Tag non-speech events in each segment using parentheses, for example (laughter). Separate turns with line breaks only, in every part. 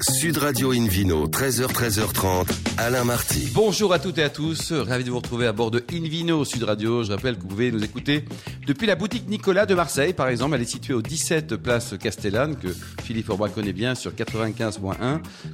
Sud Radio Invino, 13h, 13h30, Alain Marty.
Bonjour à toutes et à tous, ravi de vous retrouver à bord de Invino Sud Radio. Je rappelle que vous pouvez nous écouter depuis la boutique Nicolas de Marseille, par exemple. Elle est située au 17 place Castellane, que Philippe Orbach connaît bien, sur 95.1.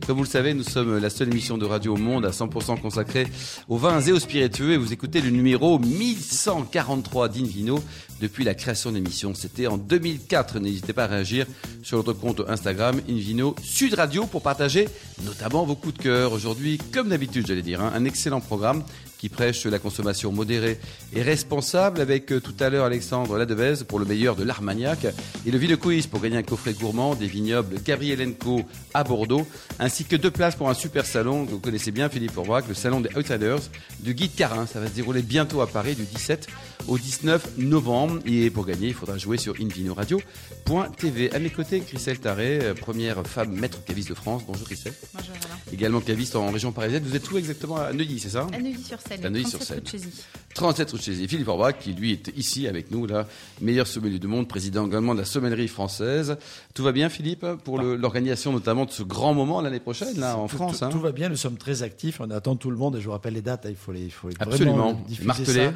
Comme vous le savez, nous sommes la seule émission de radio au monde à 100% consacrée aux vins et aux spiritueux. Et vous écoutez le numéro 1143 d'Invino depuis la création de l'émission. C'était en 2004. N'hésitez pas à réagir sur notre compte Instagram Invino Sud Radio pour partager notamment vos coups de cœur. Aujourd'hui, comme d'habitude, j'allais dire, hein, un excellent programme qui prêche la consommation modérée et responsable avec euh, tout à l'heure Alexandre Ladevez pour le meilleur de l'Armagnac et le Ville Quiz pour gagner un coffret gourmand des vignobles Gabrielenko à Bordeaux ainsi que deux places pour un super salon que vous connaissez bien Philippe Orbach, le salon des Outsiders du Guide Carin. Ça va se dérouler bientôt à Paris du 17 au 19 novembre et pour gagner, il faudra jouer sur invinoradio.tv. À mes côtés, Christelle Taré, euh, première femme maître caviste de France. Bonjour Christelle.
Bonjour Alain.
Également caviste en région parisienne. Vous êtes où exactement à Neuilly, c'est ça
À Neuilly-sur-Seine.
À Neuilly-sur-Seine.
37 rue de Chezy.
37 rue de Chézy. Philippe Orbach, qui lui est ici avec nous, là, meilleur sommelier du monde, président également de la sommellerie française. Tout va bien, Philippe, pour le- l'organisation notamment de ce grand moment l'année prochaine, là, en
Tout-
France
tout,
hein
tout va bien, nous sommes très actifs, on attend tout le monde et je vous rappelle les dates, hein, il faut les il faut les-
Absolument,
vraiment diffuser
marteler.
ça.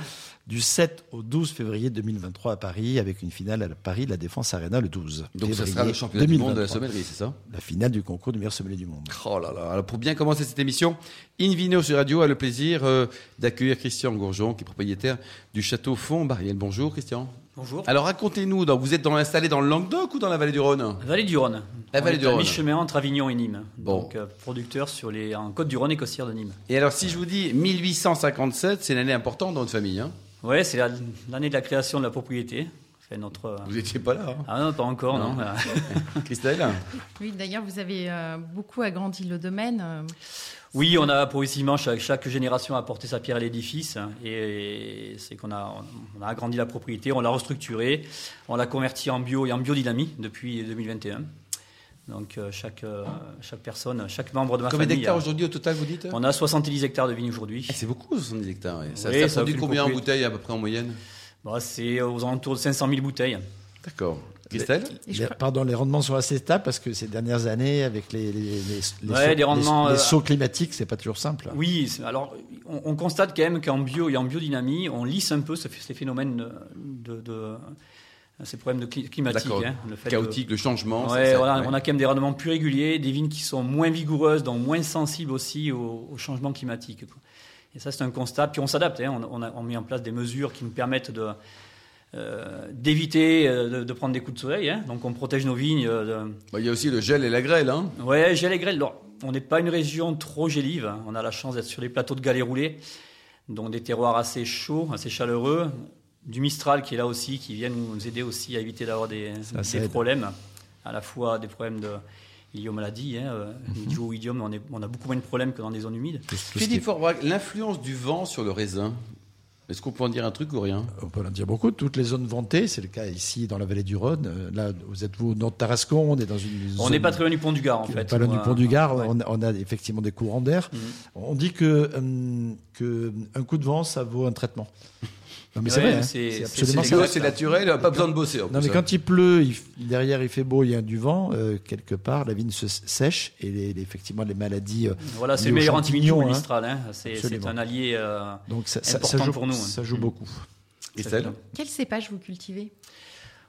Du 7 au 12 février 2023 à Paris, avec une finale à la Paris de la Défense Arena le 12.
Donc, ça
février
sera le championnat du monde de la
2023.
sommellerie, c'est ça
La finale du concours du meilleur sommelier du monde.
Oh là là. Alors pour bien commencer cette émission, Invino sur Radio a le plaisir euh, d'accueillir Christian Gourgeon, qui est propriétaire du château Fond Bariel. Bonjour Christian.
Bonjour.
Alors racontez-nous, dans- vous êtes dans, installé dans le Languedoc ou dans la vallée du Rhône
La vallée du Rhône.
La
On
vallée
est
du
à
Rhône.
Mi-chemin entre Avignon et Nîmes.
Bon.
Donc euh, producteur sur les en Côte du Rhône et Costière de Nîmes.
Et alors si je vous dis 1857, c'est une année importante dans notre famille. Hein
Ouais, c'est la- l'année de la création de la propriété. Enfin, notre. euh,
vous n'étiez pas là,
Ah non, pas encore, non. (laughs)
Non.
Euh,
hein (laughs) Christelle
Oui, d'ailleurs, vous avez euh, beaucoup agrandi le domaine. euh,
Oui, on a progressivement chaque, chaque génération a apporté sa pierre à l'édifice hein, et c'est qu'on a on a agrandi la propriété, on l'a restructurée, on l'a convertie en bio et en biodynamie depuis 2021. Donc euh, chaque euh, chaque personne, chaque membre de ma
Combien
famille.
d'hectares
a-
aujourd'hui hein au total, vous dites
on a 70 hectares de vignes aujourd'hui.
Eh, C'est beaucoup, 70 hectares. ouais. Ça,
Oui,
ça,
ça
produit
fait une
combien en
propriété.
bouteille à peu près en moyenne
Bah, c'est aux alentours de 500 000 bouteilles.
D'accord. Christelle
et je
Les-
crois-
pardon, les rendements sont assez stables parce que ces dernières années, avec les, les, les- les
Ouais,
sauts,
les rendements,
les- les
euh,
sauts climatiques, c'est pas toujours simple.
Oui, c'est- alors on, on constate quand même qu'en bio et en biodynamie, on lisse un peu ce- ces phénomènes euh, de, de- de- ces problèmes de cli- climatiques.
D'accord.
hein, le fait de-
Chaotique, le changement. ça,
Ouais,
ça-
voilà,
ouais.
On a quand même des rendements plus réguliers, des vignes qui sont moins vigoureuses, donc moins sensibles aussi au, au changement climatique. quoi. Et ça, c'est un constat. Puis on s'adapte. hein, On, on a- on met en place des mesures qui nous permettent de euh, d'éviter euh, de, de prendre des coups de soleil. hein. Donc on protège nos vignes euh, de,
Bah, Il y a aussi le gel et la grêle. Hein.
Ouais, j'ai les grêles. Alors, on n'est pas une région trop gélive. hein. On a la chance d'être sur les plateaux de galets roulés, donc des terroirs assez chauds, assez chaleureux. Du Mistral qui est là aussi, qui vient nous nous aider aussi à éviter d'avoir des, des
ça aide.
problèmes, à la fois des problèmes de iliomaladie, hein, euh,
Mhm.
idio, idiome, on, est- on a beaucoup moins de problèmes que dans des zones humides.
Tout- tout ce qui est-
Philippe Forbrac, l'influence du vent sur le raisin. Est-ce qu'on peut en dire un truc ou rien
On peut en dire beaucoup. Toutes les zones ventées, c'est le cas ici dans la vallée du Rhône. Euh, Là, vous êtes vous au nord de Tarascon, on est dans une
On
zone-
n'est pas très loin hein. Mm-hmm. du pont du Gard, en
qui
fait.
est pas loin
On
du
a-
pont du Gard,
ouais.
on, a- on a effectivement des courants d'air. On dit que, hum, que un coup de vent, ça vaut un
(laughs)
traitement. Non, mais c'est
Ouais,
vrai, hein.
c'est-
c'est
c'est-
absolument
c'est
ça.
exact.
C'est naturel, pas besoin de bosser. en
Non,
plus,
mais
hein.
quand il pleut, il f- derrière il fait beau, il y a du vent, euh, quelque part, la vigne se s- sèche et les- les- effectivement les maladies. euh,
Voilà, c'est
liées
le
aux
meilleur
champignons,
antimicro, le
hein.
Mistral. hein. C'est c'est
Absolument.
un allié. euh,
Donc ça, ça- ça
Important
joue,
pour nous, hein.
ça joue beaucoup.
Christelle
Quel cépage vous cultivez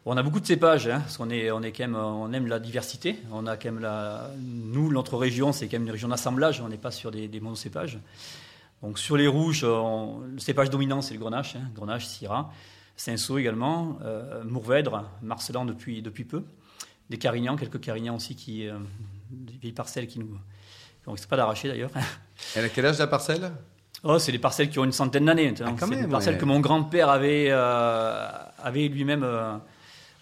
On a beaucoup de cépages, hein, parce qu'on est, on est quand même, on aime la diversité. On a quand même la, nous, notre région, c'est quand même une région d'assemblage. On n'est pas sur des, des monocépages. Donc sur les rouges, on- le cépage dominant, c'est le grenache, hein, grenache, syrah, cinsault également, euh, mourvèdre, marcelan depuis depuis peu, des carignans, quelques carignans aussi qui, euh, des vieilles parcelles qui nous, on risque pas d'arracher d'ailleurs.
hein. Elle a quel âge la parcelle
Oh, c'est des parcelles qui ont une centaine d'années. maintenant.
Ah, quand
c'est
même,
des parcelles
ouais.
que mon grand-père avait, euh, avait lui-même euh,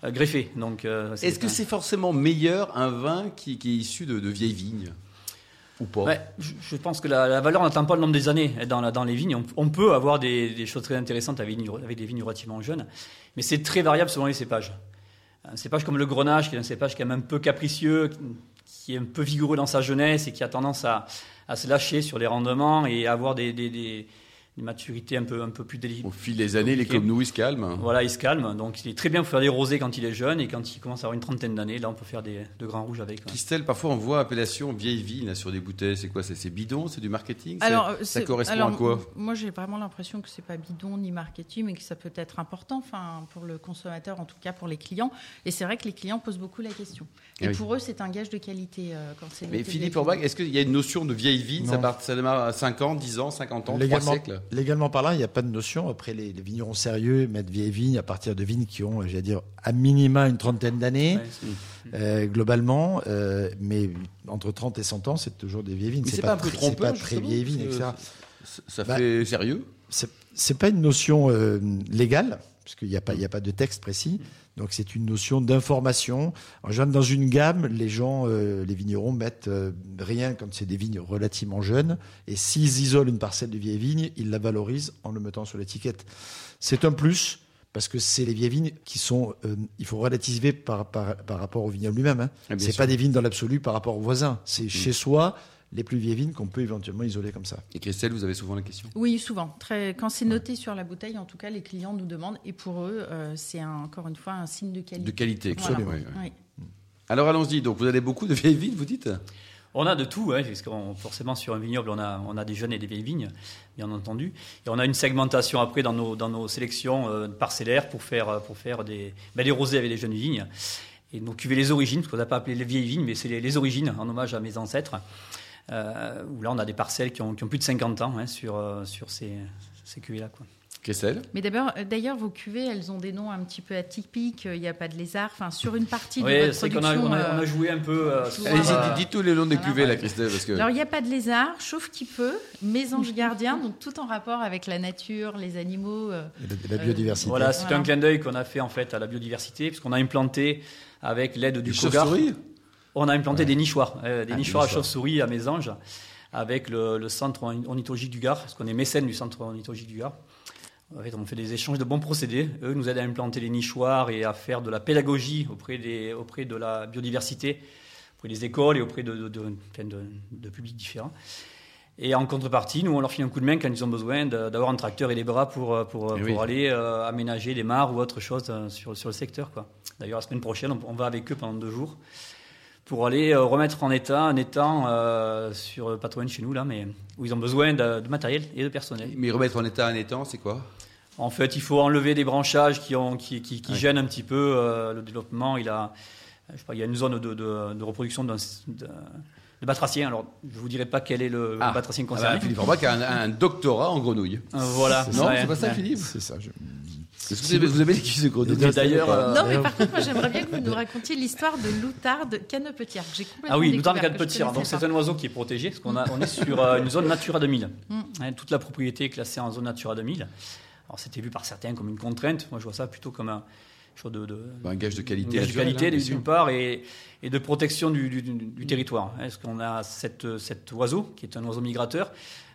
euh, greffées. Donc, euh,
Est-ce que c'est forcément meilleur un vin qui, qui est issu de, de vieilles vignes Ou pas
Ouais, je, je pense que la, la valeur n'attend pas le nombre des années dans, la- dans les vignes. On, on peut avoir des, des choses très intéressantes avec, une- avec des vignes relativement jeunes, mais c'est très variable selon les cépages. Un cépage comme le grenache, qui est un cépage quand même un peu capricieux, qui- qui est un peu vigoureux dans sa jeunesse et qui a tendance à, à se lâcher sur les rendements et avoir des, des- des- une maturité un peu, un peu plus délicate.
Au fil des années, les clubs nous, ils se calment.
Voilà, il se calme. Donc, il est très bien pour faire des rosés quand il est jeune et quand il commence à avoir une trentaine d'années, là, on peut faire des, de grands rouges avec. hein. ouais.
Christelle, parfois on voit appellation vieille ville là, sur des bouteilles. C'est quoi ça C'est bidon C'est du marketing C'est-
Alors, euh,
Ça
c'est-
correspond
alors,
à quoi
m- Moi, j'ai vraiment l'impression que c'est pas bidon ni marketing, mais que ça peut être important, enfin, pour le consommateur, en tout cas pour les clients. Et c'est vrai que les clients posent beaucoup la question.
Eh
Et,
oui.
pour eux, c'est un gage de qualité euh, quand c'est.
Mais
noté
Philippe
vieille
Orbach,
ville.
est-ce qu'il y a une notion de vieille ville ça,
Non.
part, ça démarre à 5 ans, 10 ans, 50 ans, 3
Légalement,
siècles
légalement parlant, il n'y a pas de notion. Après, les, les vignerons sérieux mettent vieilles vignes à partir de vignes qui ont, j'allais dire, à minima une trentaine d'années,
Ouais, c'est-
euh, globalement. euh, mais entre 30 et 100 ans, c'est toujours des vieilles vignes.
Mais c'est pas un peu
très-
trompeur,
C'est pas très
justement,
vieilles vignes,
parce que-
etc.
Ça- Ça
Bah,
fait sérieux
C'est- C'est pas une notion euh, légale, puisqu'il n'y a, pas- il y a pas de texte précis. Donc c'est une notion d'information. En général, dans une gamme, les gens, euh, les vignerons mettent euh, rien quand c'est des vignes relativement jeunes. Et s'ils isolent une parcelle de vieilles vignes, ils la valorisent en le mettant sur l'étiquette. C'est un plus. Parce que c'est les vieilles vignes qui sont, euh, il faut relativiser par, par, par rapport au vignoble lui-même. Hein.
Ah, bien
c'est
sûr.
pas des vignes dans l'absolu par rapport aux voisins. C'est chez soi les plus vieilles vignes qu'on peut éventuellement isoler comme ça.
Et Christelle, vous avez souvent la question
Oui, souvent. Très, quand c'est noté sur la bouteille, en tout cas, les clients nous demandent. Et pour eux, euh, c'est un- encore une fois un signe de qualité.
De qualité,
Voilà.
absolument. ouais, ouais.
Oui.
Alors allons-y, donc vous avez beaucoup de vieilles villes, vous dites
On a de tout, hein, parce qu'on- forcément sur un vignoble, on a, on a des jeunes et des vieilles vignes, bien entendu. Et on a une segmentation après dans nos, dans nos sélections euh, parcellaires pour faire, euh, pour faire des, ben, des rosés avec des jeunes vignes. Et nos cuvées les origines, ce qu'on n'a pas appelé les vieilles vignes, mais c'est les, les origines, en hommage à mes ancêtres. Euh, où là, on a des parcelles qui ont, qui ont plus de 50 ans hein, sur, euh, sur ces, ces cuvées-là. quoi.
Christelle
Mais d'abord, euh, d'ailleurs, vos cuvées, elles ont des noms un petit peu atypiques. euh, Il n'y a pas de lézard. Enfin, sur une partie de
Oui,
votre
c'est qu'on
production.
a, on a- on a
euh,
joué un peu. euh, sur,
Allez-y,
euh,
dites- dites tous les noms des
voilà,
cuvées, là,
ouais.
Christelle, parce que...
Alors, il n'y a pas de lézard, sauf qui peut, mes anges gardiens, donc tout en rapport avec la nature, les animaux. euh,
Et la- la
Euh,
biodiversité.
Voilà, c'est
Voilà.
un clin d'œil qu'on a fait en fait à la biodiversité, puisqu'on a implanté avec l'aide du
Des
COGAR.
chauves-souris
On a implanté des nichoirs, euh, des
Ah, des
nichoirs à
nichoirs.
chauves-souris à Mésange, avec le, le centre orn- ornithologique du Gard, parce qu'on est mécène du centre ornithologique du Gard. En fait, on fait des échanges de bons procédés. Eux nous aident à implanter les nichoirs et à faire de la pédagogie auprès, des, auprès de la biodiversité, auprès des écoles et auprès de, de, de- enfin, de- de publics différents. Et en contrepartie, nous, on leur file un coup de main quand ils ont besoin de- d'avoir un tracteur et des bras pour, euh, pour, euh,
Eh
pour
oui.
aller euh, aménager des mares ou autre chose euh, sur, sur le secteur. quoi. D'ailleurs, la semaine prochaine, on- on va avec eux pendant deux jours pour aller euh, remettre en état un étang euh, sur le patrimoine chez nous, là, mais où ils ont besoin de, de matériel et de personnel.
Mais remettre en état un étang, c'est quoi
En fait, il faut enlever des branchages qui, ont, qui, qui, qui
Ouais.
gênent un petit peu euh, le développement. Il, a, je sais pas, il y a une zone de, de- de reproduction d'un- d'un- de batracien. Alors, je ne vous dirai pas quel est le, le
Ah.
batracien
Ah bah,
concerné.
Philippe Orbach a un, un doctorat en grenouille.
Euh, voilà.
Non,
Ouais.
c'est pas ça,
Ouais.
Philippe
C'est ça. je-
Est-ce que vous avez, vous avez des cuisses de grenouille
Et d'ailleurs, euh,
Non, mais par contre, moi, j'aimerais bien que vous
(laughs)
nous racontiez l'histoire de l'outarde canepetière. que J'ai complètement
Ah oui,
découvert,
l'outarde de
que je
Cadpetière. Donc
connaissais
c'est un oiseau qui est protégé, parce qu'on a- on est sur euh, une zone Natura 2000.
Mm.
Hein, toute la propriété est classée en zone Natura 2000. Alors c'était vu par certains comme une contrainte. Moi je vois ça plutôt comme un chose de, de-
euh,
Bah, Un gage de
une
qualité.
gage de
naturelle,
qualité
hein, bien sûr.
d'une part et, et de protection du, du- du- du territoire. Hein, Est-ce qu'on a cette, cet oiseau qui est un oiseau migrateur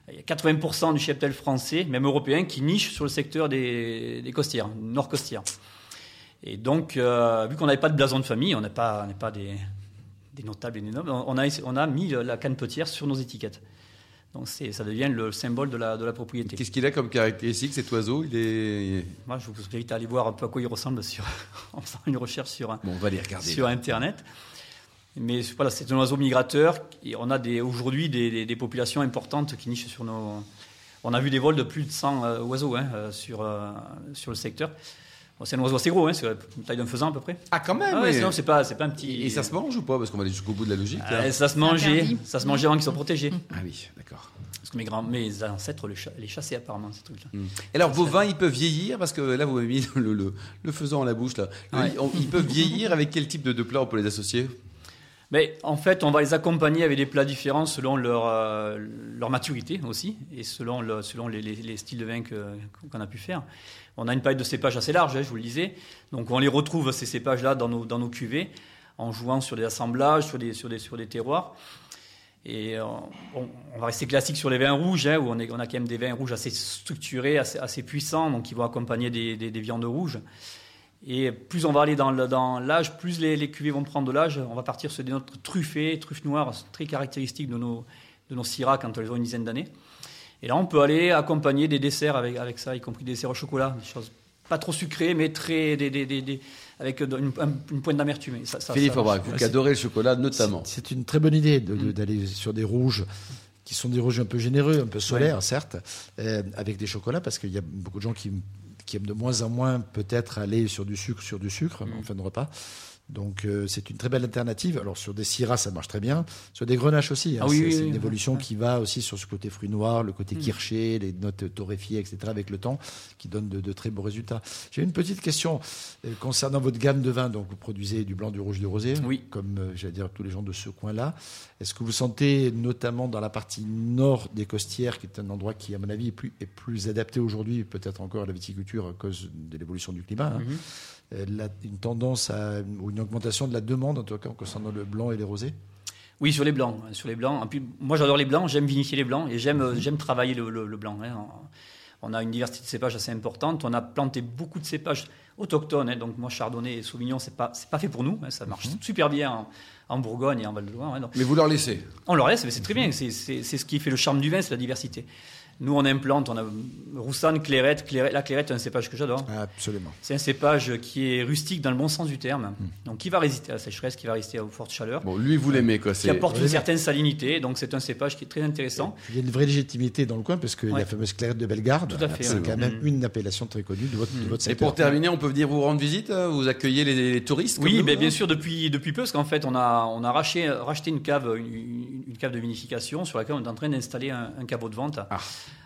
Il y a 80% du cheptel français, même européen, qui niche sur le secteur des, des costières, nord costières. Et donc, euh, vu qu'on n'avait pas de blason de famille, on n'est pas, on n'est pas des, des notables et des nobles, on a, on a mis la canne petière sur nos étiquettes. Donc c'est- ça devient le symbole de la, de la propriété.
Qu'est-ce qu'il a comme caractéristique, cet oiseau Il est...
Moi, je vous invite à aller voir un peu à quoi il ressemble sur, (laughs) en faisant une recherche sur, un-
Bon, on va les regarder.
sur Internet. Mais voilà, c'est un oiseau migrateur. Et on a des- aujourd'hui des, des- des populations importantes qui nichent sur nos. On a vu des vols de plus de 100 euh, oiseaux hein, euh, sur, euh, sur le secteur. Bon, c'est un oiseau assez gros, hein, c'est la taille d'un faisan à peu près.
Ah, quand même
Ah ouais,
mais-
sinon, c'est pas, c'est pas un petit.
Et ça se mange ou pas Parce qu'on va aller jusqu'au bout de la logique. là.
Euh, ça se
Interdit.
mangeait, ça se mangeait avant qu'ils soient protégés.
Ah oui, d'accord.
Parce que mes, grands, mes ancêtres les, cha- les chassaient apparemment, ces trucs-là.
Et alors, vos vins, ils peuvent vieillir Parce que là, vous m'avez mis le, le, le faisan à la bouche. là. Le-
Ouais.
Ils, on- ils peuvent vieillir avec quel type de, de plat on peut les associer
Mais en fait, on va les accompagner avec des plats différents selon leur, euh, leur maturité aussi et selon, le- selon les, les- les styles de vin que- qu'on a pu faire. On a une palette de cépages assez large, hein, je vous le disais. Donc on les retrouve, ces cépages-là, dans nos, dans nos cuvées en jouant sur des assemblages, sur des, sur des, sur des terroirs. Et euh, on, on va rester classique sur les vins rouges, hein, où on, est- on a quand même des vins rouges assez structurés, assez, assez puissants, donc qui vont accompagner des, des- des viandes rouges. Et plus on va aller dans le- dans l'âge, plus les, les cuvées vont prendre de l'âge. On va partir sur des notes truffées, truffes noires, c'est très caractéristiques de nos, de nos syrahs quand elles ont une dizaine d'années. Et là, on peut aller accompagner des desserts avec, avec ça, y compris des desserts au chocolat, des choses pas trop sucrées, mais très, des, des- des- des- avec de- une, un- une pointe d'amertume. Et ça- ça-
Philippe
ça Ah, marche.
Aubrac, vous qui adorez le chocolat notamment.
C'est c'est une très bonne idée de- de- d'aller sur des rouges qui sont des rouges un peu généreux, un peu solaires, certes, euh, avec des chocolats, parce qu'il y a beaucoup de gens qui, qui aiment de moins en moins peut-être aller sur du sucre, sur du sucre
Mm.
en fin de repas. Donc euh, c'est une très belle alternative. Alors sur des syrahs, ça marche très bien. Sur des grenaches aussi. hein,
Ah oui,
c'est
oui,
c'est
oui, Mm.
une
oui.
évolution qui va aussi sur ce côté fruit noir, le côté kirché, les notes torréfiées, etc. avec le temps, qui donne de, de très beaux résultats. J'ai une petite question euh, concernant votre gamme de vins. Donc vous produisez du blanc, du rouge, du rosé
Oui.
comme euh, j'allais dire tous les gens de ce coin-là. Est-ce que vous sentez, notamment dans la partie nord des Costières, qui est un endroit qui, à mon avis, est plus, est plus adapté aujourd'hui, peut-être encore à la viticulture à cause de l'évolution du climat, hein,
Mhm.
euh, la- une tendance à, ou une augmentation de la demande, en tout cas, concernant le blanc et les rosés
Oui, sur les blancs. hein, Sur les blancs. Et puis, moi, j'adore les blancs. J'aime vinifier les blancs et j'aime euh, j'aime travailler le, le- le blanc. hein. On a une diversité de cépages assez importante. On a planté beaucoup de cépages autochtones. hein. Donc, moi, Chardonnay et Sauvignon, c'est pas c'est pas fait pour nous. hein. Ça marche super bien en, en Bourgogne et en Val-de-Loire. hein. Donc,
Mais vous leur laissez.
on leur laisse, mais c'est très bien. C'est c'est- c'est ce qui fait le charme du vin, c'est la diversité. Nous, on implante. On a Roussanne, Clairette. Clairette- la Clairette est un cépage que j'adore.
Absolument.
C'est un cépage qui est rustique dans le bon sens du terme. Donc, qui va résister à la sécheresse, qui va résister aux fortes chaleurs
Bon, lui, vous l'aimez quoi.
qui
C'est
apporte une certaine salinité. Donc c'est un cépage qui est très intéressant.
Il y a une vraie légitimité dans le coin, parce que
Ouais.
la fameuse clairette de Bellegarde,
Tout à fait,
c'est
ouais. Mhm.
quand même
Mm.
une appellation très connue de votre, de votre
Et pour
secteur.
terminer, on peut venir vous rendre visite. hein Vous accueillez les, les touristes.
Oui,
comme nous,
ben,
hein
bien sûr, depuis, depuis peu, parce qu'en fait, on a, on a racheté, racheté une, cave, une, une- une cave de vinification sur laquelle on est en train d'installer un, un cabot de vente.
Ah.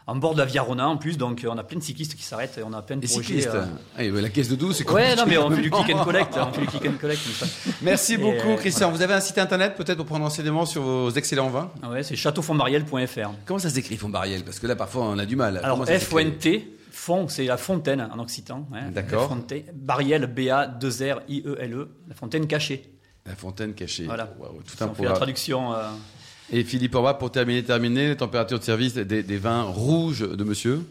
En bord de la Viarona, en plus, donc euh, on a plein de cyclistes qui s'arrêtent et on a plein de
Les
projets,
cyclistes.
euh,
Ah, et ben, la caisse de 12, c'est
Ouais,
compliqué.
non, mais on fait
(laughs)
du click and collect. on fait du click and collect. comme ça.
Merci
Et,
beaucoup,
euh,
Christian. Vous avez un site internet peut-être pour prendre renseignement sur vos excellents vins
Ah Ouais, c'est châteaufontmariel.fr.
Comment ça s'écrit, Fontbariel Parce que là, parfois, on a du mal.
Alors,
Euh, Comment ça
f o
s'écrit
n t font, c'est la fontaine en occitan. hein.
D'accord.
F-O-N-T, Bariel, B-A-2-R-I-E-L-E, E la fontaine cachée.
La fontaine cachée. Oh,
Voilà.
Waouh, tout
Si
un
on fait la
programme.
traduction. euh,
Et Philippe Orba, pour terminer, terminer, les températures de service des, des vins rouges de monsieur.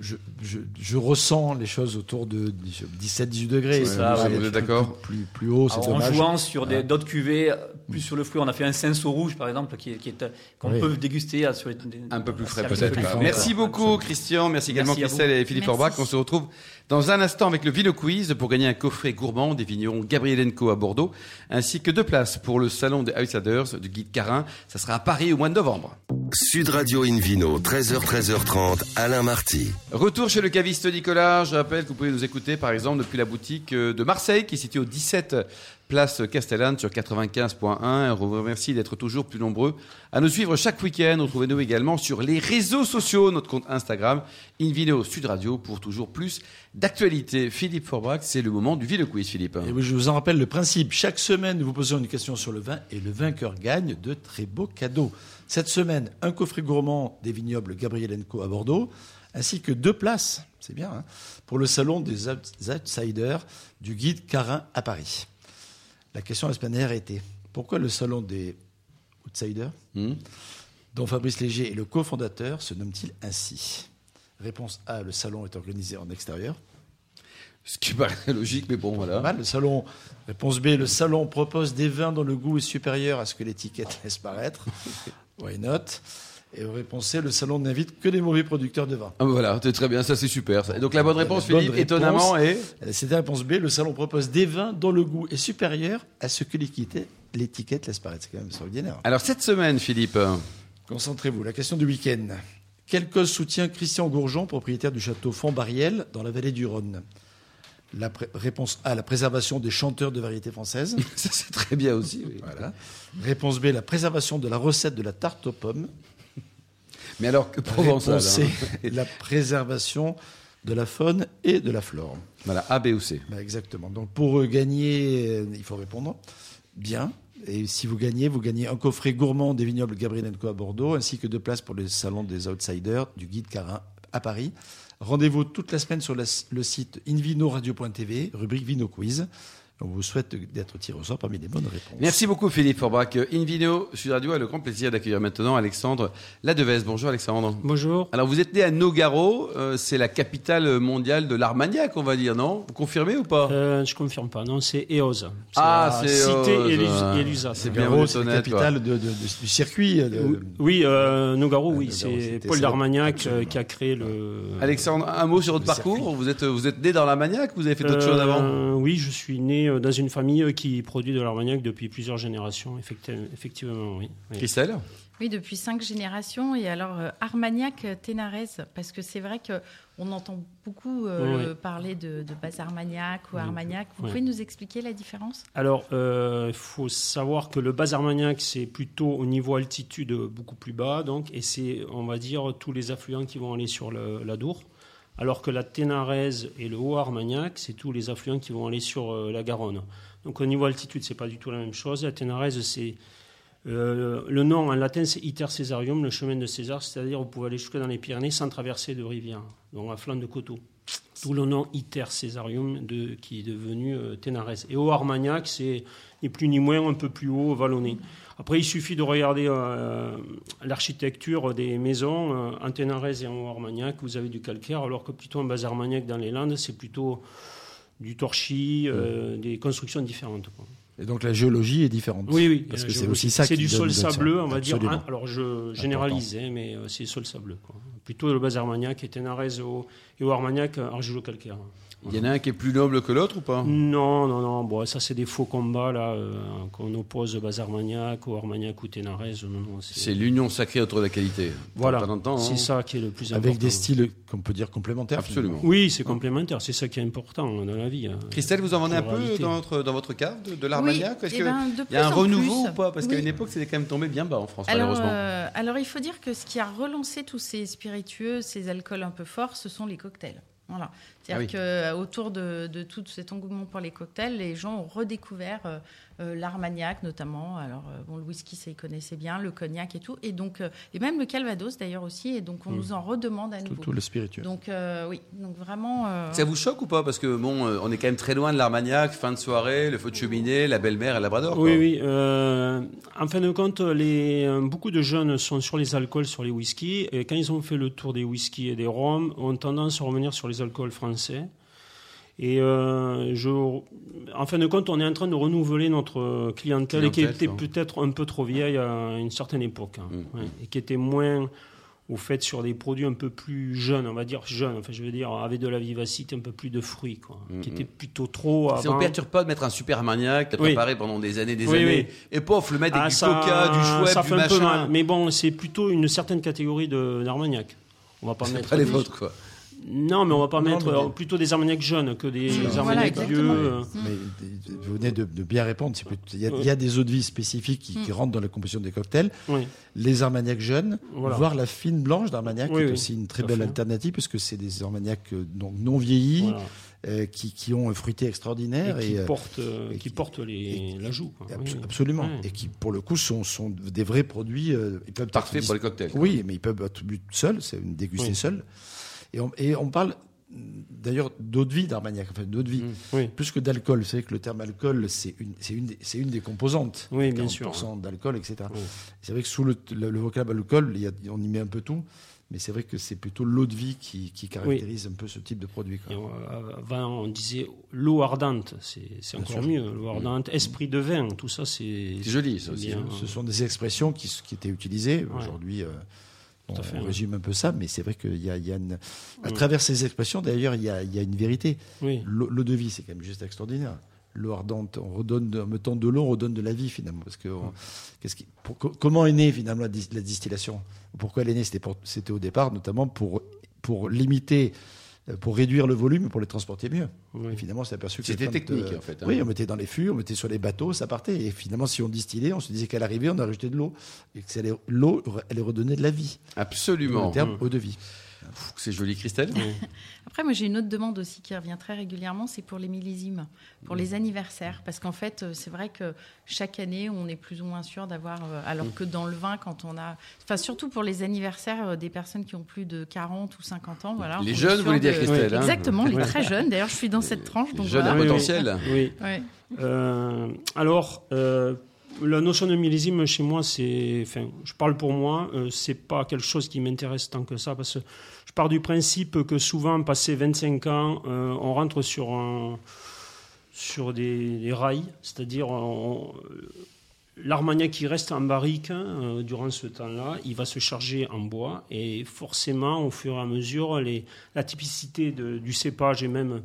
je, je- je ressens les choses autour de 17-18 degrés.
C'est ça,
Vous
ouais,
allez
vous êtes
plus-
d'accord
plus, plus haut, c'est
Alors, en
dommage.
jouant sur des- d'autres cuvées, euh, plus sur le fruit, on a fait un cinceau rouge par exemple, qui est, qui est, euh, qu'on
Oui.
peut déguster euh, sur les, des-
Un peu plus
assez
frais
avec-
peut-être.
plus frais.
Merci beaucoup Christian, merci également
Merci à vous.
Christelle et Philippe
Merci.
Orbach. On se retrouve dans un instant avec le Vino Quiz pour gagner un coffret gourmand des vignerons Gabriel Enco à Bordeaux, ainsi que deux places pour le salon des Outsiders du guide Carin. Ça sera à Paris au mois de novembre.
Sud Radio Invino, 13h, 13h30, Alain Marty.
Retour chez le caviste Nicolas. Je rappelle que vous pouvez nous écouter, par exemple, depuis la boutique euh, de Marseille, qui est située au 17 place Castellane sur 95.1. Et On vous remercie d'être toujours plus nombreux à nous suivre chaque week-end. Retrouvez-nous également sur les réseaux sociaux, notre compte Instagram, InVideo Sud Radio, pour toujours plus d'actualités. Philippe Forbrac, c'est le moment du Ville Quiz, Philippe.
Et Eh oui, je vous en rappelle le principe. Chaque semaine, nous vous posons une question sur le vin et le vainqueur gagne de très beaux cadeaux. Cette semaine, un coffret gourmand des vignobles Gabriel Co à Bordeaux, ainsi que deux places, c'est bien, hein, pour le salon des Out- Outsiders du guide Carin à Paris. La question la semaine dernière était pourquoi le salon des Outsiders
Hmm
dont Fabrice Léger est le cofondateur, se nomme-t-il ainsi Réponse A, le salon est organisé en extérieur.
Ce qui paraît (laughs) logique, mais bon, voilà. Ah,
Mal, le salon. Réponse B, le salon propose des vins dont le goût est supérieur à ce que l'étiquette (laughs) laisse paraître. Why not Et réponse C, le salon n'invite que des mauvais producteurs de vin.
Ah, ben voilà, c'est très bien, ça c'est super. ça. Et Donc la bonne réponse,
La bonne
Philippe,
réponse.
étonnamment, est...
C'était la réponse B, le salon propose des vins dont le goût est supérieur à ce que l'étiquette- l'étiquette laisse paraître. C'est quand même extraordinaire.
Alors cette semaine, Philippe... (laughs)
Concentrez-vous, la question du week-end. Quelle cause soutient Christian Gourgeon, propriétaire du château Fontbariel, dans la vallée du Rhône la pré- Réponse A, la préservation des chanteurs de variété française.
Ça c'est très bien aussi. oui.
Voilà. Réponse B, la préservation de la recette de la tarte aux pommes.
Mais alors que provençal.
Réponse
hein.
C, (laughs) la préservation de la faune et de la flore.
Voilà, A, B ou C.
Bah, exactement. Donc pour euh, gagner, euh, il faut répondre bien. Et si vous gagnez, vous gagnez un coffret gourmand des vignobles Gabriel Co à Bordeaux, ainsi que deux places pour le salon des outsiders du guide Carin à Paris. Rendez-vous toute la semaine sur la- le site invinoradio.tv, rubrique Vino Quiz. On vous souhaite d'être tiré au sort parmi les bonnes réponses.
Merci beaucoup Philippe Forbrac. Invino Sud Radio a le grand plaisir d'accueillir maintenant Alexandre Ladevez. Bonjour Alexandre.
Bonjour.
Alors vous êtes né à Nogaro, euh, c'est la capitale mondiale de l'Armagnac on va dire, non Vous confirmez ou pas
Euh, je confirme pas, non, c'est EOS.
Ah,
la
c'est
Cité
Eoz,
Élus-
ouais.
Élusa.
C'est bien.
Nogaro,
vous êtes
c'est la
honnête,
capitale de- de- de- du circuit. euh, de-
Oui, euh, Nogaro,
Ah,
oui,
Nogaro,
c'est
c'était
Paul
ça.
d'Armagnac euh,
Absolument.
qui a créé le.
Alexandre, un mot sur votre
Le circuit.
parcours vous êtes, vous êtes né dans l'Armagnac Vous avez fait d'autres
Euh,
choses avant
Oui, je suis né euh, dans une famille euh, qui produit de l'Armagnac depuis plusieurs générations, effecti- effectivement, oui. oui.
Christelle
Oui, depuis cinq générations. Et alors, euh, Armagnac euh, Ténarès, parce que c'est vrai qu'on entend beaucoup euh,
Oui.
le- parler de, de base Armagnac ou
Oui.
Armagnac. Vous
Oui.
pouvez nous expliquer la différence
Alors, euh, il faut savoir que le bas Armagnac, c'est plutôt au niveau altitude euh, beaucoup plus bas, donc, et c'est, on va dire, tous les affluents qui vont aller sur le- la Dour, alors que la Ténarèse et le Haut Armagnac, c'est tous les affluents qui vont aller sur euh, la Garonne. Donc, au niveau altitude, c'est pas du tout la même chose. La Ténarèse, c'est euh, le nom en latin, c'est Iter Caesarium, le chemin de César, c'est-à-dire vous pouvez aller jusque dans les Pyrénées sans traverser de rivière, donc à flanc de coteau. D'où le nom Iter Caesarium de, qui est devenu euh, Ténarès. Et au Armagnac, c'est ni plus ni moins un peu plus haut, vallonné. Après, il suffit de regarder euh, l'architecture des maisons. euh, en Ténarès et en haut Armagnac, vous avez du calcaire, alors que plutôt en bas Armagnac, dans les Landes, c'est plutôt du torchis, euh, des constructions différentes. quoi.
Et donc la géologie est différente.
Oui, oui.
Parce
euh,
que c'est
je-
aussi ça
C'est
qui
du
donne
sol
le sens.
sableux, on va dire.
Absolument.
hein, Alors, je généralise, hein, mais euh, c'est sol sableux. quoi. Plutôt le bas Armagnac et Ténarès au- et au Armagnac, euh, argilo-calcaire.
Il y en a un qui est plus noble que l'autre ou pas
Non, non, non. Bon, ça, c'est des faux combats là euh, qu'on oppose au bas Armagnac, au Armagnac ou Ténarès. Non, non,
C'est l'union sacrée entre la qualité.
voilà.
Pas longtemps,
C'est
hein.
ça qui est le plus important.
Avec des styles qu'on peut dire complémentaires.
Absolument.
Oui, c'est complémentaire. C'est ça qui est important dans la vie. hein.
Christelle, vous en vendez un peu
Pluralité.
dans votre, dans votre cave de, de l'Armagnac
Oui,
Est-ce
eh
que-
ben, de
Il y a un
plus en
renouveau
plus.
ou pas Parce qu'à
Oui.
une époque, c'était quand même tombé bien bas en France,
Alors,
malheureusement.
euh, alors, il faut dire que ce qui a relancé tous ces spiritueux, ces alcools un peu forts, ce sont les cocktails. Voilà.
Ah
C'est-à-dire que euh, autour de, de tout cet engouement pour les cocktails, les gens ont redécouvert euh, euh, l'armagnac, notamment. Alors, euh, bon, le whisky, ça, ils connaissaient bien, le cognac et tout. Et donc, euh, et même le calvados, d'ailleurs, aussi. Et donc, on
Hmm.
nous en redemande à
Tout,
nouveau.
tout le spirituel.
Donc, euh, oui. Donc, vraiment. euh,
Ça vous choque ou pas Parce que bon, euh, on est quand même très loin de l'Armagnac, fin de soirée, le feu de cheminée, la belle-mère et Labrador. quoi.
Oui, oui. euh, en fin de compte, les, euh, beaucoup de jeunes sont sur les alcools, sur les whiskies. Et quand ils ont fait le tour des whiskies et des rhums, ont tendance à revenir sur les alcools français. Et euh, je, en fin de compte, on est en train de renouveler notre clientèle, qui
Clientèle,
était
quoi.
peut-être un peu trop vieille à une certaine époque, hein,
Mm.
ouais, et qui était moins au fait sur des produits un peu plus jeunes, on va dire jeunes, enfin je veux dire avec de la vivacité, un peu plus de fruits, quoi, qui
Mm,
était plutôt trop
Si on
avant.
perturbe pas de mettre un super Armagnac, t'as
Oui.
préparé pendant des années, des
Oui,
années, et pof, le mettre avec
Ah,
Eh, du
ça-
coca, du chouette,
ça
du
fait un
machin.
peu mal. Mais bon, c'est plutôt une certaine catégorie de- d'armagnac. On va pas
C'est
mettre
pas les
des-
vôtres, quoi.
Non, mais on va pas
Non, mais
mettre
des-
euh, plutôt des armagnacs jeunes que des
Voilà,
armagnacs vieux.
exactement.
euh.
Mais d- d- vous venez de, de bien répondre. c'est plutôt- Il y, a- il y a des eaux de vie spécifiques qui, qui rentrent dans la composition des cocktails.
Oui.
Les armagnacs jeunes,
Voilà.
voire la fine blanche d'armagnac,
Oui,
qui est
oui,
aussi une très
tout à
belle
fait.
alternative, puisque c'est des armagnacs euh, donc non vieillis,
Voilà.
euh, qui, qui ont un fruité extraordinaire.
Et qui
euh,
portent, euh,
et
qui
qui-
portent les,
et-
la joue. quoi.
abso-
Oui. Mmh.
Absolument.
Ouais.
Et qui, pour le coup, sont, sont des vrais produits. euh, ils peuvent
Parfait
être
pour les cocktails.
Oui, mais ils peuvent être bu seuls, c'est une dégustée
Oui.
seule. Et on, et on parle d'ailleurs d'eau de vie d'Armagnac, enfin d'eau de vie,
Oui.
plus que d'alcool. Vous savez que le terme alcool, c'est une, c'est une, des- c'est une des composantes.
Oui, bien sûr.
40% d'alcool, etc.
Oui.
C'est vrai que sous le, le- le vocable alcool, il y a- on y met un peu tout, mais c'est vrai que c'est plutôt l'eau de vie qui, qui caractérise un peu ce type de produit. quoi.
Et on- euh, avant, on disait l'eau ardente, c'est c'est
Bien sûr.
encore
Mm.
mieux. L'eau ardente, esprit de vin, tout ça, c'est.
C'est joli, ça aussi.
bien.
hein.
Ce sont des expressions qui, qui étaient utilisées.
Ouais.
Aujourd'hui, euh, on,
à fait,
on
ouais.
résume un peu ça, mais c'est vrai qu'il y a, il y a une- à travers ces expressions, d'ailleurs, il y a, il y a une vérité.
Oui.
L'eau l'eau de vie, c'est quand même juste extraordinaire. L'eau ardente, on redonne, de- en mettant de l'eau, on redonne de la vie finalement. Parce que on- qu'est-ce qui, pour- co- comment est née finalement la, dis- la distillation Pourquoi elle est née C'était pour- C'était au départ notamment pour, pour limiter, euh, pour réduire le volume, et pour les transporter mieux.
Oui.
Et finalement, on s'est aperçu que
C'était
quand,
technique, en fait, hein.
Oui, on mettait dans les fûts, on mettait sur les bateaux, ça partait. Et finalement, si on distillait, on se disait qu'à l'arrivée, on a rejeté de l'eau et que ça allait- l'eau, elle redonnait de la vie.
Absolument. Mmh.
Le terme eau de vie.
Pff, C'est joli, Christelle.
Après, moi, j'ai une autre demande aussi qui revient très régulièrement, c'est pour les millésimes, pour
Mmh.
les anniversaires. Parce qu'en fait, euh, c'est vrai que chaque année, on est plus ou moins sûr d'avoir. euh,
Mmh.
Alors que dans le vin, quand on a. Enfin, surtout pour les anniversaires euh, des personnes qui ont plus de 40 ou 50 ans. Voilà,
Les
on est
jeunes,
sûr
vous voulez dire,
de-
Christelle, hein.
Exactement, les
Ouais.
très jeunes. D'ailleurs, je suis dans cette tranche. Donc
Jeune à
voilà.
Ah, Oui, oui.
potentiel.
Oui.
Ouais.
Euh, alors, euh, la notion de millésime chez moi, c'est, enfin, je parle pour moi, euh, c'est pas quelque chose qui m'intéresse tant que ça parce que je pars du principe que souvent, passé 25 ans, euh, on rentre sur un, sur des, des rails, c'est-à-dire on- l'armagnac qui reste en barrique euh, durant ce temps-là, il va se charger en bois et forcément, au fur et à mesure, les, la typicité de- du cépage et même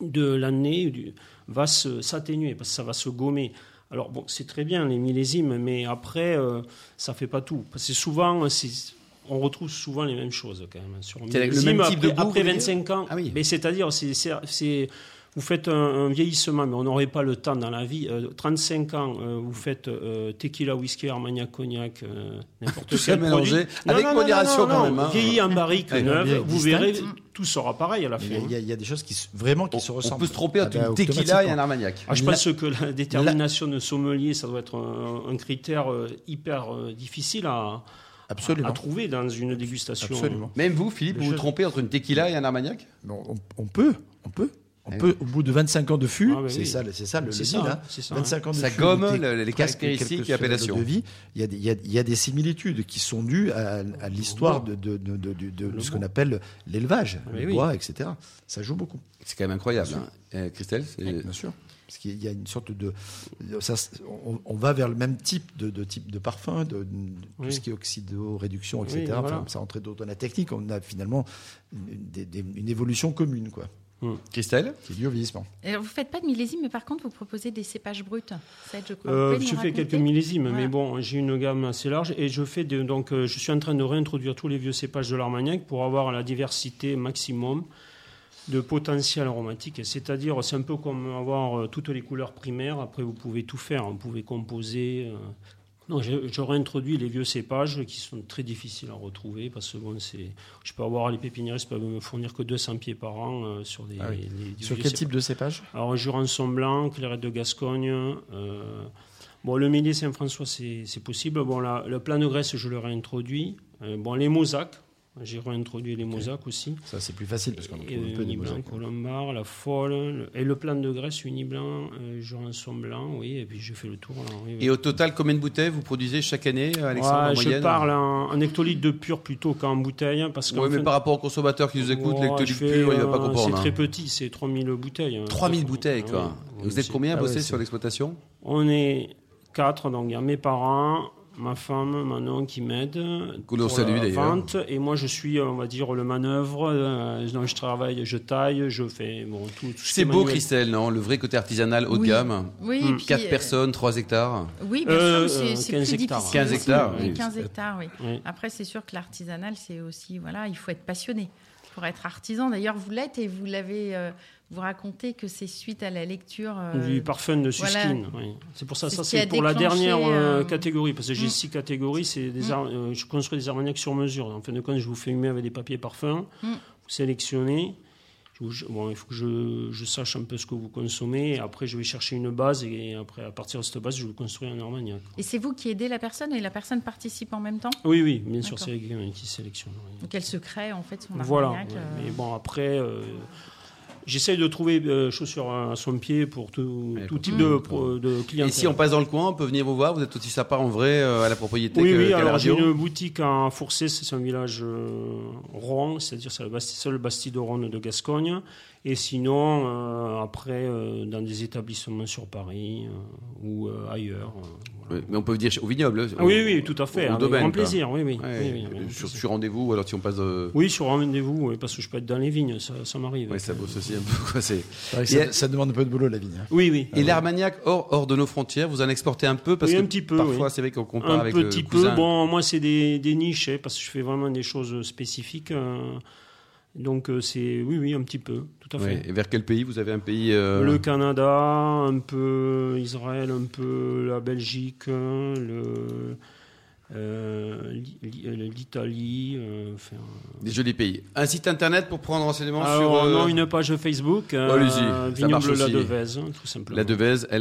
de l'année du- va se- s'atténuer parce que ça va se gommer. Alors bon, c'est très bien les millésimes, mais après, euh, ça fait pas tout. Parce que souvent, euh, c'est- on retrouve souvent les mêmes choses quand même. hein, Sur un
C'est le
millésime,
même type de goût,
après, après
vous voulez dire
25 ans,
Ah oui.
mais c'est-à-dire, c'est- c'est- c'est- vous faites un, un vieillissement, mais on n'aurait pas le temps dans la vie. Euh, 35 ans, euh, vous faites euh, tequila, whisky, armagnac, cognac, euh, n'importe
Tout
quel
ça mélangé,
produit.
avec modération quand même, hein.
Vieilli en barrique
Ouais,
neuve,
bien
vous
distinct.
verrez, tout sera pareil à la
Il y
fin.
a- il y, a- il y a des choses qui se- vraiment qui
On,
se
on
ressemblent.
peut se tromper
Ah
entre
bah,
une tequila et un
automatiquement.
armagnac.
Ah, je
La-
pense que la détermination de sommelier, ça doit être un, un critère euh, hyper euh, difficile à,
Absolument.
à trouver dans une dégustation. euh,
Absolument.
Même vous, Philippe,
Les
vous vous
choses-
trompez entre une tequila et un armagnac
Non, on, on peut, on peut. On
Eh
peut, au bout de 25 ans de fût,
Ah, mais
c'est
oui.
ça, le- c'est ça le,
C'est
le
ça,
deal,
hein,
hein.
c'est ça,
25 ans de
Ça
fût,
gomme
goûté,
le- les
presque
caractéristiques
quelques
et
semaines
appellations.
De vie. Il, y a des, il y a- il y a des similitudes qui sont dues à, à l'histoire de, de- de- de- de- de ce qu'on appelle l'élevage,
Mais
le
Ah, oui.
bois, etc. Ça joue beaucoup,
C'est quand même incroyable. hein. Euh, Christelle, c'est-
bien sûr. Parce qu'il y a une sorte de. ça se- on, on va vers le même type de, de type de parfum, de, de tout
Oui.
ce qui est oxydo-réduction, etc.
Oui, voilà.
Enfin, ça entrait dans la technique, on a finalement une, des- des- une évolution commune, quoi,
Christelle
qui est liée au vieillissement.
Et alors, vous faites pas de millésime, mais par contre, vous proposez des cépages bruts. Ça, je crois. Vous
Euh,
pouvez
je
nous
fais
raconter
quelques millésimes,
Voilà.
mais bon, j'ai une gamme assez large et je fais des- donc euh, je suis en train de réintroduire tous les vieux cépages de l'Armagnac pour avoir la diversité maximum de potentiel aromatique. C'est-à-dire, c'est un peu comme avoir euh, toutes les couleurs primaires. Après, vous pouvez tout faire, hein. vous pouvez composer. euh. Non, je, je réintroduis les vieux cépages qui sont très difficiles à retrouver parce que bon, c'est, je peux avoir les pépiniéristes peuvent me fournir que 200 pieds par an euh, sur des.
Ah oui.
des- des
Sur
vieux
quel
cépages.
type de cépage
Alors, Jurançon Blanc, Clairette de Gascogne. euh, bon, le Mélier Saint-François, c'est c'est possible. Bon, la, le plan de Grèce, je le réintroduis. Euh, bon, les Mosaques, j'ai réintroduit les Mosaques aussi.
Ça, c'est plus facile parce qu'on en
Et
trouve un peu des
Uniblanc,
mosaïques.
Colombard, la Folle. le- et le plan de Grèce, Uniblanc, euh, Jurançon Blanc, oui. Et puis, j'ai fait le tour. là, oui, oui.
Et au total, combien de bouteilles vous produisez chaque année, Alexandre,
Ouais,
en
je
moyenne
parle en, en hectolitre de pur plutôt qu'en bouteille. Parce qu'en
Oui, mais
fin-
par rapport aux consommateurs qui nous écoutent,
Ouais,
les
je
hectolitres
fais,
purs, il ne va
euh,
pas comprendre.
C'est très
hein.
petit, c'est 3000 bouteilles. hein.
3000 bouteilles, quoi.
Ouais,
Vous êtes
c'est-
combien à
Ah ouais,
bosser sur
c'est-
l'exploitation
On est quatre, donc il y a mes parents, ma femme, Manon qui m'aide.
Que l'on
pour
salue,
la
d'ailleurs.
vente, Et moi je suis, euh, on va dire, le manœuvre. euh, donc je travaille, je taille, je fais bon, tout, tout ce qui
C'est
est
beau,
manuel.
Christelle, non Le vrai côté artisanal haut de
Oui.
gamme.
Oui,
Mmh.
et puis,
4
euh,
personnes, 3 hectares.
Oui, bien
Euh,
sûr,
euh,
c'est- c'est
15
plus
hectares.
difficile.
15
aussi.
hectares,
Oui,
oui.
15 hectares, oui.
Oui.
Après, c'est sûr que l'artisanal, c'est aussi, voilà, il faut être passionné pour être artisan. D'ailleurs, vous l'êtes et vous l'avez, euh, vous racontez que c'est suite à la lecture. euh,
Du parfum de Suskin.
voilà.
oui. C'est pour ça,
C'est
ça
ce qui a
c'est pour la
déclenché,
dernière euh,
euh,
catégorie, parce que j'ai
Mm.
six catégories. C'est des ar- euh, je construis des armagnacs sur mesure. En fin de compte, je vous fais humer avec des papiers parfums.
Mm.
Vous sélectionnez. Je vous- je- bon, il faut que je, je sache un peu ce que vous consommez. Et après, je vais chercher une base et après, à partir de cette base, je vais construire un armagnac.
Et c'est vous qui aidez la personne et la personne participe en même temps.
Oui, oui, bien sûr,
D'accord.
c'est quelqu'un qui sélectionne. oui.
Donc elle se crée en fait son
Voilà.
armagnac.
ouais.
euh,
Mais bon, après, euh, j'essaye de trouver euh, chaussures à son pied pour tout,
Ouais,
tout
pour
type
tout le
de,
monde, quoi.
pro- de clientèle.
Et si on passe dans le coin, on peut venir vous voir. Vous êtes aussi sympa en vrai euh, à la propriété
Oui,
que-
oui,
qu'à la
alors j'ai
radio.
une boutique à Fourcé, c'est un village euh, rond, c'est-à-dire c'est la basti- seule bastide ronde de Gascogne. Et sinon, euh, après, euh, dans des établissements sur Paris euh, ou euh, ailleurs. euh, voilà.
Oui, Mais on peut venir chez- au vignoble. euh,
Ah oui, oui, tout à fait,
au
avec
domaine,
grand
quoi.
plaisir, oui, oui.
Ouais,
oui, oui,
euh,
avec
sur,
plaisir.
sur rendez-vous, ou alors si on passe. euh,
Oui, sur un rendez-vous, oui, parce que je peux être dans les vignes, ça, ça m'arrive.
ouais, ça bosse aussi un peu. quoi, c'est-
Ça,
Et-
ça demande un peu de boulot, la vigne. hein.
Oui, Ah oui.
Et l'Armagnac, hors, hors de nos frontières, vous en exportez un peu parce
Oui,
que
un petit peu,
parfois,
oui.
c'est vrai qu'on compare
Un
avec euh,
petit
le
peu.
cousin.
Bon, moi, c'est des, des niches, hein, parce que je fais vraiment des choses spécifiques. euh, donc, euh, c'est. Oui, oui, un petit peu, tout à fait.
Ouais. Et vers quel pays Vous avez un pays euh,
Le Canada, un peu Israël, un peu la Belgique, hein, le, euh, l'I- l'I- l'Italie. euh, enfin,
Des jolis pays. Un site internet pour prendre renseignement sur
alors,
euh,
Ah, oh,
Oh,
non, une page Facebook, euh,
allez-y, ça marche
Vignoble
aussi.
La Devèze, hein, tout simplement.
la Devèze, E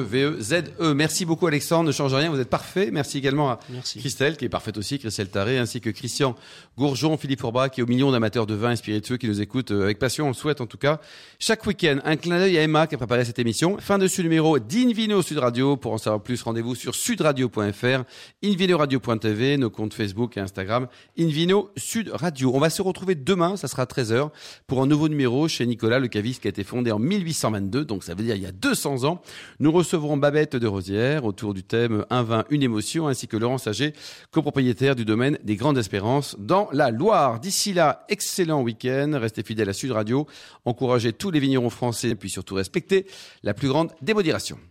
L-A-D-E-V-E-Z-E. Merci beaucoup, Alexandre. Ne change rien, vous êtes parfait. Merci également à
Merci.
Christelle, qui est parfaite aussi, Christelle Taré, ainsi que Christian Gourgeon, Philippe Fourba, qui est au million d'amateurs de vin et spiritueux qui nous écoutent euh, avec passion, on le souhaite en tout cas. Chaque week-end, un clin d'œil à Emma qui a préparé cette émission. Fin de ce numéro d'Invino Sud Radio. Pour en savoir plus, rendez-vous sur sudradio.fr, invinoradio.tv, nos comptes Facebook et Instagram, Invino Sud Radio. On va se retrouver demain, ça sera à 13h, pour un nouveau numéro chez Nicolas Le Caviste qui a été fondé en 1822, donc ça veut dire il y a 200 ans. Nous recevrons Babette de Rosière autour du thème Un vin, une émotion, ainsi que Laurent Sager, copropriétaire du domaine des Grandes Espérances dans la Loire. D'ici là, excellent week-end. Restez fidèles à Sud Radio. Encouragez tous les vignerons français, puis surtout respectez la plus grande démodération.